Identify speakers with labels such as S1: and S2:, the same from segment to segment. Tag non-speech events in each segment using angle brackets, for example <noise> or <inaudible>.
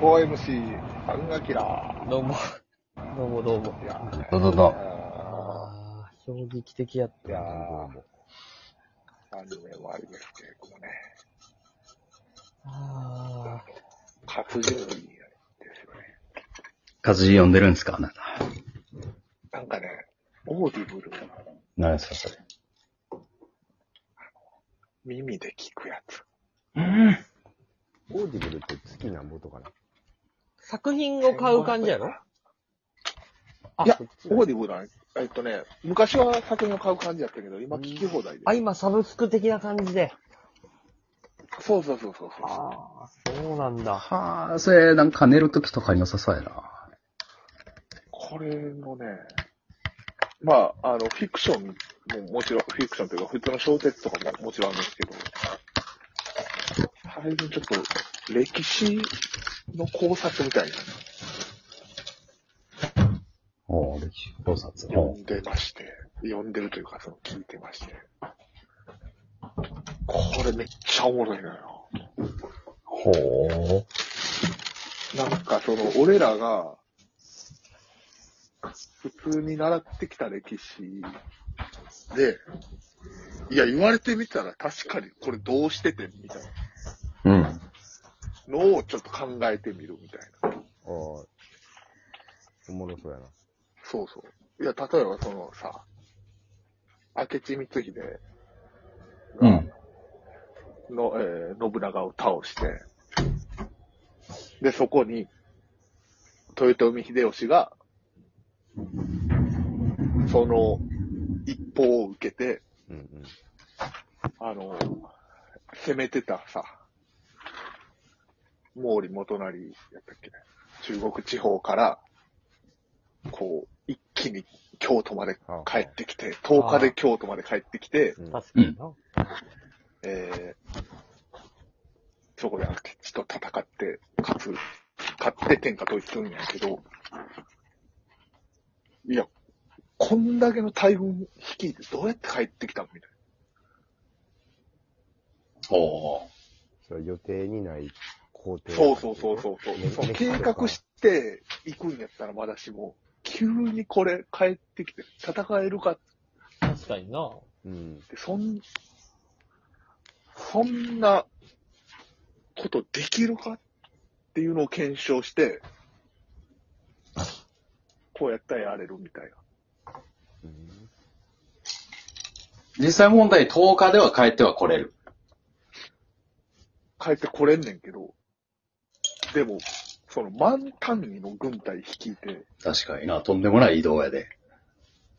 S1: OMC、アンガキラ
S2: どうも。どうもどうも。
S1: ー。いや
S3: どうぞどう
S1: あ
S2: ああ、衝撃的やっ
S1: ーいや
S2: た。
S1: ーアニメもありですけれどもね、
S2: あ
S1: 活字もいいですよね。
S3: 活字読んでるんですかあなた。
S1: なんかね、オーディブル、
S3: 何ですかそれ。
S1: 耳で聞くやつ。
S3: うん。
S4: オーディブルって月なんぼとかな。
S2: ー作品を買う感じやろあ
S1: いや
S4: そっち
S1: オ
S4: な
S1: ーディブルは、えっとね、昔は作品を買う感じやったけど、今聞き放題で。
S2: あ、今サブスク的な感じで。
S1: そうそうそうそうそう。
S2: ああ、そうなんだ。
S3: はあ、それ、なんか寝るときとかに良さそうやな。
S1: これのね、まあ、あの、フィクションももちろん、フィクションというか、普通の小説とかももちろんあるんですけど、最近ちょっと、歴史の考察みたいな
S3: おお、歴史考察。
S1: のを読んでまして、読んでるというか、その聞いてまして。これめっちゃおもろいのよ。
S3: ほう。
S1: なんかその、俺らが、普通に習ってきた歴史で、いや、言われてみたら確かにこれどうしてて、みたい
S3: うん。
S1: なのをちょっと考えてみるみたいな。
S4: ああ。おもろそうやな。
S1: そうそう。いや、例えばそのさ、明智光秀
S3: う
S1: が
S3: ん。
S1: の、えー信長を倒して、で、そこに、豊臣秀吉が、その一報を受けて、
S4: うんうん。
S1: あの、攻めてたさ、毛利元就やったっけ中国地方から、こう、一気に京都まで帰ってきて、10日で京都まで帰ってきて、
S4: うん
S2: 確かにな。
S1: えー、そこで明智と戦って、勝つ、勝って天下統一するんやけど、いや、こんだけの大軍率いてどうやって帰ってきたのみたい
S3: おお。
S4: それは予定にない工程。
S1: な。そうそうそうそうそう、
S4: ね
S1: その
S4: ね
S1: 計画して行くんやったらまだしも、急にこれ帰ってきて戦えるかっ
S2: 確かにな。
S4: う。うん。
S1: て、そん、そんなことできるかっていうのを検証して、こうやったらやれるみたいな。
S4: うん
S3: 実際問題、10日では帰っては来れる。
S1: 帰ってこれんねんけど、でも、その満タンにの軍隊率いて、
S3: 確かにな、とんでもない移動やで。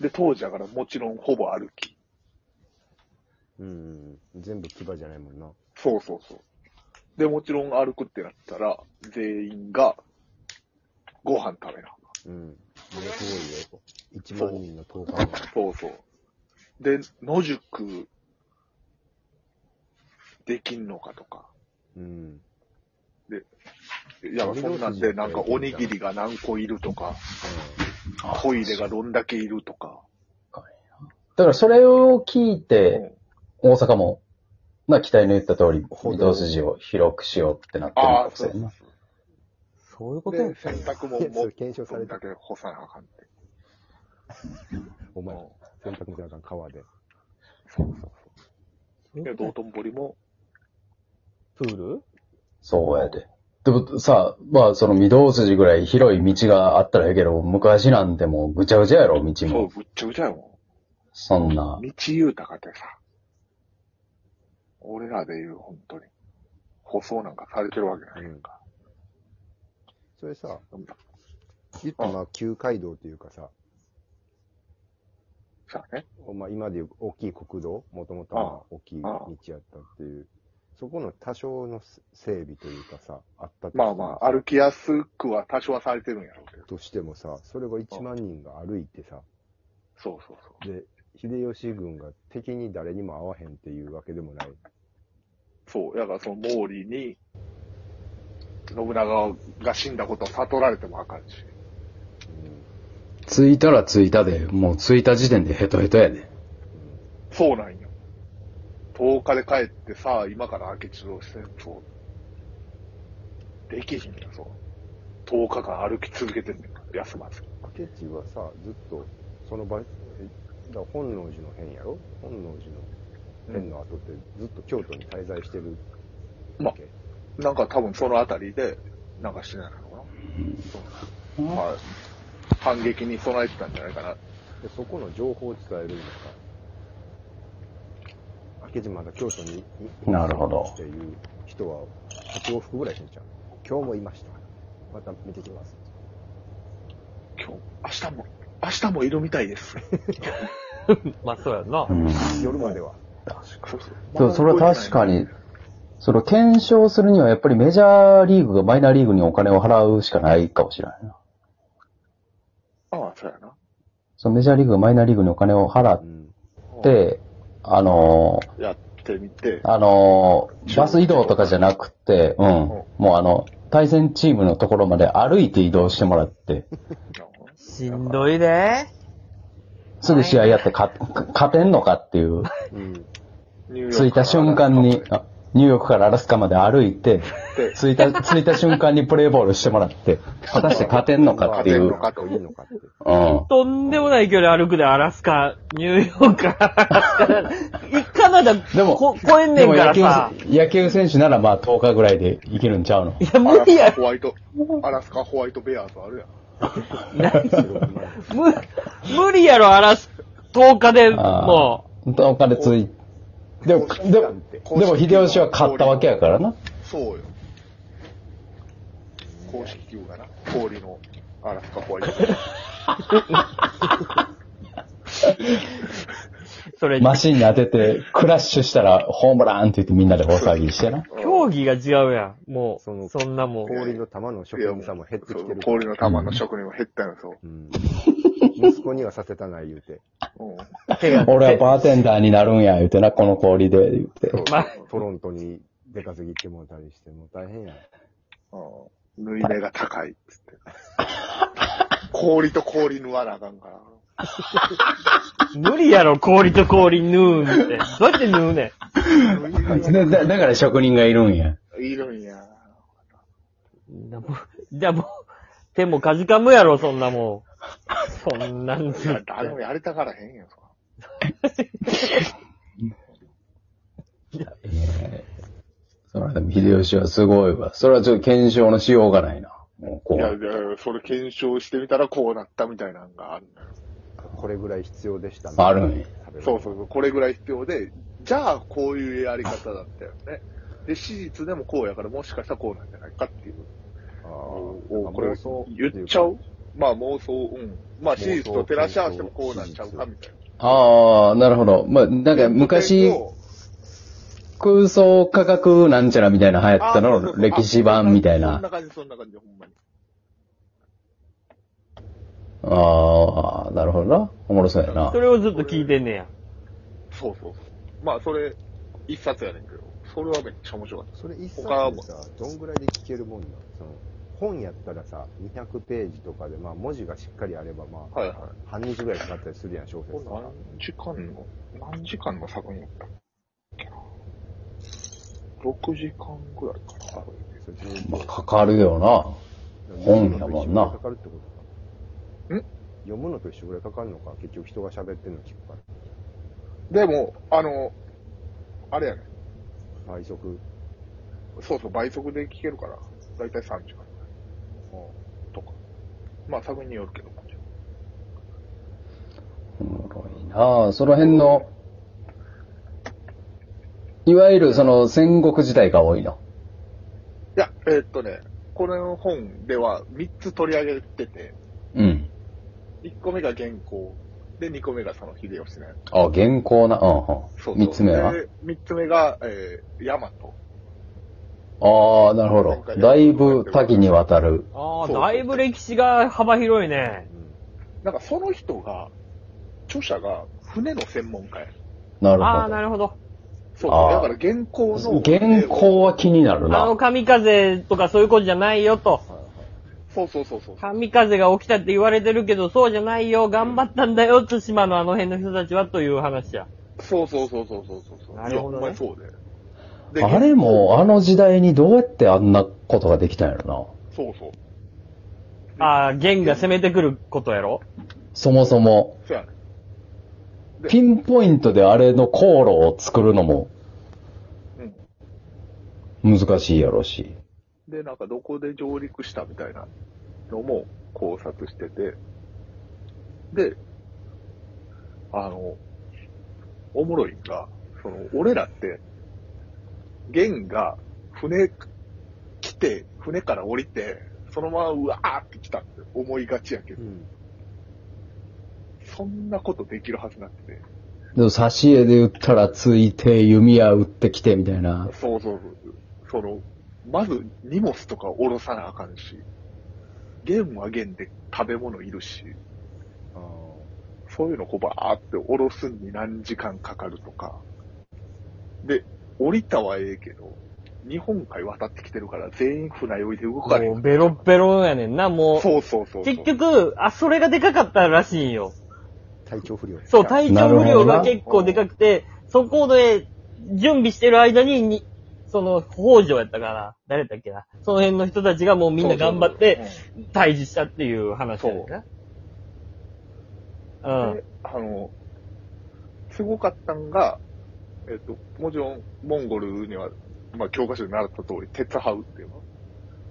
S1: で、当時だからもちろんほぼ歩き。
S4: うんうん。全部牙じゃないもんな。
S1: そうそうそう。で、もちろん歩くってなったら、全員が、ご飯食べな。
S4: うん。ものすごいよ。1万人の10日間。
S1: そうそう。で、野宿、できんのかとか。
S4: うん。
S1: いや、そんなんで、なんかおにぎりが何個いるとか、トイレがどんだけいるとか。
S5: だからそれを聞いうて、
S1: ん
S5: 大阪も、まあ、期待の言った通り、見通筋を広くしようってなってるの
S1: ああ
S5: かも、し
S1: そ
S5: れ
S1: うんそう
S5: な。
S1: そう。
S2: そういうこと
S1: で、洗濯
S4: う
S1: も
S4: ん。
S1: も
S4: そうれ、検証
S1: そ
S4: さ
S1: ん
S4: れ
S1: だ
S4: た。
S1: け干さなあかんって。
S4: お前
S1: う、ん
S4: 洗濯水あかん、川で。
S1: そうそうそう。
S2: そ
S1: で、
S2: ういうこ
S1: 道頓堀も、
S2: とプール
S5: そうやで。でもさ、まあその御堂筋ぐらい広い道があったらええけど、昔なんてもうぐちゃぐちゃやろ、道
S1: そう、
S5: も。
S1: ぐっちゃぐちゃやも
S5: そんな。
S1: ん。道豊かでさ、俺らで言う、本当に、舗装なんかされてるわけないやんか。
S4: それさ、言ったらまあ、旧街道というかさ、
S1: さあね、
S4: まあ、今でいう大きい国道、もともとは大きい道やったっていう、そこの多少のせ整備というかさ、あったとして
S1: まあ
S4: も
S1: まあ、歩きやすくは多少はされてるんやろうけど。
S4: としてもさ、それが1万人が歩いてさ、
S1: そうそうそう。
S4: で、秀吉軍が敵に誰にも会わへんっていうわけでもない。
S1: そう、だからその毛利に、信長が死んだことを悟られてもあかんし。
S3: 着いたら着いたで、もう着いた時点でヘトヘトやで。
S1: そうなんよ。10日で帰ってさあ、今から明智の戦争。できひんねん、そう。10日間歩き続けてんねん、休まず。
S4: 明智はさ、ずっと、その場、えだから本能寺の変やろ本能寺の変の後って、ずっと京都に滞在してるわけ、
S1: なんか多分そのあたりで、なんかしてないのかな。そうまあ、反撃に備えてたんじゃないかな。
S4: で、そこの情報を伝えるのか。明智まだ京都に、い
S5: なるほど
S4: っていう人は、8往復ぐらいしんちゃう。今日もいました。また見てきます。
S1: 今日、明日も、明日もいるみたいです。
S2: まあ、そうやんな
S5: う。ん。
S4: 夜までは。
S1: そうそう
S5: そう、それは確かに、その検証するにはやっぱりメジャーリーグがマイナーリーグにお金を払うしかないかもしれないな。
S1: ああ、そうやな。
S5: そのメジャーリーグがマイナーリーグにお金を払
S4: う
S5: っ
S4: ん。
S5: て、あのー
S1: やってみて、
S5: あのーバス移動とかじゃなくて、うん、もうあの、対戦チームのところまで歩いて移動してもらって、
S2: しんどいね。
S5: すぐ試合やって勝勝てんのかっていう、
S4: うん。
S1: ニューヨーク
S5: 着いた瞬間に、あニューヨークからアラスカまで歩いて、
S1: で
S5: 着いた、着いた瞬間にプレーボールしてもらって、果たして勝てんのかっ
S1: 勝
S5: て
S1: て
S5: い
S1: ん
S5: う
S1: の。かと
S4: いいのかって。
S5: うん。
S2: とんでもない距離歩くで、アラスカ、ニューヨークから、アラスカいカナダ、
S5: でも
S2: こ超えんね
S5: で
S2: ん
S5: も
S2: から
S5: 野球
S2: さ。
S5: 野球選手ならまあ10日ぐらいでいけるんちゃうの
S2: いや、
S1: アラ
S2: 無理
S1: スカ
S2: や
S1: ホ。ワイト、アラスカホワイトベアーズあるやん。
S2: 無無理やろ、アラスカ、10日で、もう。
S5: ?10 日でついでも、でも、でも秀吉は勝ったわけやからな。
S1: そうよ。公式球がな、氷のアラスカホワイトベアーズ。
S2: それ、
S5: マシンに当てて、クラッシュしたらホームランって言ってみんなで大騒ぎしてな。
S2: 競技が違うやん。もう、
S4: その
S2: そんなもん。
S4: 氷の玉
S1: <laughs>
S4: の職人さんも減ってきて
S1: そう
S4: る。
S1: 氷の玉の職人も減ったよ、そう。
S4: うん。息子にはさせたない言うて。
S1: うん。
S2: 手が
S5: 俺はバーテンダーになるんや、言うてな、この氷で、言うて。
S2: ま
S4: トロントに出稼ぎ行ってもうたりして、もう大変や。
S1: うん縫い目が高いっつって。 <laughs> 氷と氷縫わなあかんから。
S2: 無理やろ、氷と氷縫うんって。どうやって縫うねん。
S5: だだだから職人がいるんや。
S1: いるんや。
S2: なもうじゃあもう、手もかじかむやろ、そんなもん。そんなん
S1: い
S2: ず
S1: や
S2: っ、
S1: 誰もやりたからへんよ、そ
S5: その間、秀吉はすごいわ。それはちょっと検証のしようがないな。もうこ。
S1: らいや、いうや、それ検証してみたらこうなったみたいなのがあるのよ
S4: これぐらい必要でした、
S5: あるんや。
S1: そうそうそう、これぐらい必要で、じゃあこういうやり方だったよね。で、史実でもこうやから、もしかしたらこうなんじゃないかっていう。
S4: ああ
S1: おこ
S4: れ
S1: れ言っちゃうまあ妄想、うん。まあ史実と照らし合わせてもこうなんちゃうかみたい
S5: ああ、なるほど。まあ、な
S1: な。
S5: んか昔、空想科学なんちゃらみたいな流行った
S1: あそう
S5: の
S1: そうそう
S5: 歴史版みた
S1: そ
S5: い
S1: んな
S5: な。
S1: 感じ、そんな感じ、ほんまに。
S5: ああ、なるほどな。おもろそうやな
S2: そ。れをずっと聞いてんねや。
S1: そうそうそう。まあそれ、一冊やねんけど、それはめっちゃ面白かっ
S4: それ一冊
S1: 他は
S4: で
S1: も
S4: さ、どんぐらいで聞けるもんなんその本やったらさ、200ページとかで、まあ文字がしっかりあれば、ま
S1: た。
S4: あ、
S1: はいはい。
S4: 半日ぐらいかかったりするやん、小説とか
S1: 何時間の、何時間の作品やったっけな。6時間ぐらいかな。
S4: それずーっ
S5: まあ、かかるよ
S4: と
S5: 本やもんな
S4: 読むのと一緒ぐらいかかるってことか。
S1: ん
S4: 読むのと一緒ぐらいかかるのか、結局人が喋ってんの聞くか
S1: でも、あの、あれやね。
S4: ら。倍速。
S1: そうそう、倍速で聞けるから、だいたい3時間ぐらい。とか。まあ、作品によるけど。
S5: な。おもろいな。その辺の、いわゆるその戦国時代が多いの。
S1: いや、えーっとね、この本では3つ取り上げてて、
S5: うん。
S1: 1個目が原稿、で、2個目がその秀吉のやつ。
S5: あ、現行な、うん
S1: そうそう
S5: うん。三つ目は
S1: で三つ目が、えー、ヤマト。
S5: ああ、なるほど。だいぶ多岐にわたる。
S2: ああ、
S1: そう
S2: だいぶ歴史が幅広いね。
S1: なんかその人が、著者が船の専門家や。
S5: なる
S2: ああ、
S5: ほ
S2: な
S5: ど。
S2: るほど。
S1: そう
S5: あ
S1: だ
S5: ー
S1: から原稿の。
S5: 現行は気になる
S2: あ
S5: な
S2: の、。神風とかそういうことじゃないよと。
S1: そうそうそうそう。
S2: 神風が起きたって言われてるけど、そうじゃないよ、頑張ったんだよ、対馬のあの辺の人たちはという話や。
S1: そうそうそうそうそうそう。
S2: なるほどね
S1: いやほんまにそうで。で
S5: あれも、あの時代にどうやってあんなことができたんやろ
S1: そうそう。
S2: ああ、弦が攻めてくることやろ
S5: な。そもそも、
S1: そうやね。
S5: ピンポイントであれの航路を作るのも
S1: うん。
S5: 難しいやろし。
S1: で、なんかどこで上陸したみたいなのも考察してて、で、あの、おもろいんが、その、俺らって、元が船来て、船から降りて、そのままうわーって来たって思いがちやけど
S4: う、ん。
S1: そんなことできるはずなくて。
S5: でも、挿絵で打ったらついて、弓矢打ってきてみたいな。
S1: そうそうそう。その、まず荷物とか降ろさなあかんし、弦は弦で食べ物いるし、
S4: ああ。
S1: そういうのこうバーって下ろすに何時間かかるとか。で、降りたはええけど、日本海渡ってきてるから全員船酔いで動かれ
S2: も
S1: ん
S2: う。ベロッベロやねんな、もう。
S1: そうそうそうそう。
S2: 結局、あ、それがでかかったらしいんよ。
S4: 体調不良。
S2: そう、体調不良が
S5: なるほどな
S2: 結構でかくて、そこで準備してる間にに、その、北条やったかな誰だっけなその辺の人たちがもうみんな頑張って、退治したっていう話だよね。う
S1: うんん。で。あの、すごかったんが、えっと、もちろん、モンゴルには、まあ、教科書で習った通り、鉄ハウっていうの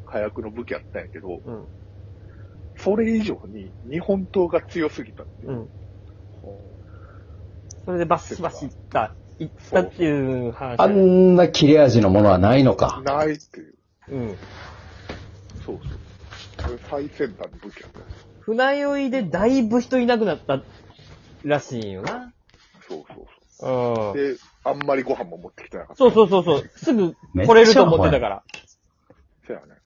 S1: 火薬の武器あったんやけど、
S2: うん。
S1: それ以上に日本刀が強すぎたっていう。
S2: うん。それでバッシバシいった、いったっていう話だ
S5: あ
S2: ね。
S5: んな切れ味のものはないのか。
S1: ないっていう。
S2: うん。
S1: そうそう。これ最先端の武器やった
S2: 船酔いでだいぶ人いなくなったらしいんよな。
S1: そうそう
S2: う
S1: そう。
S2: ん。
S1: で、あんまりご飯も持ってきてなかった。
S2: そうそうそうそう。すぐ来れると思ってたから。
S1: そうやね。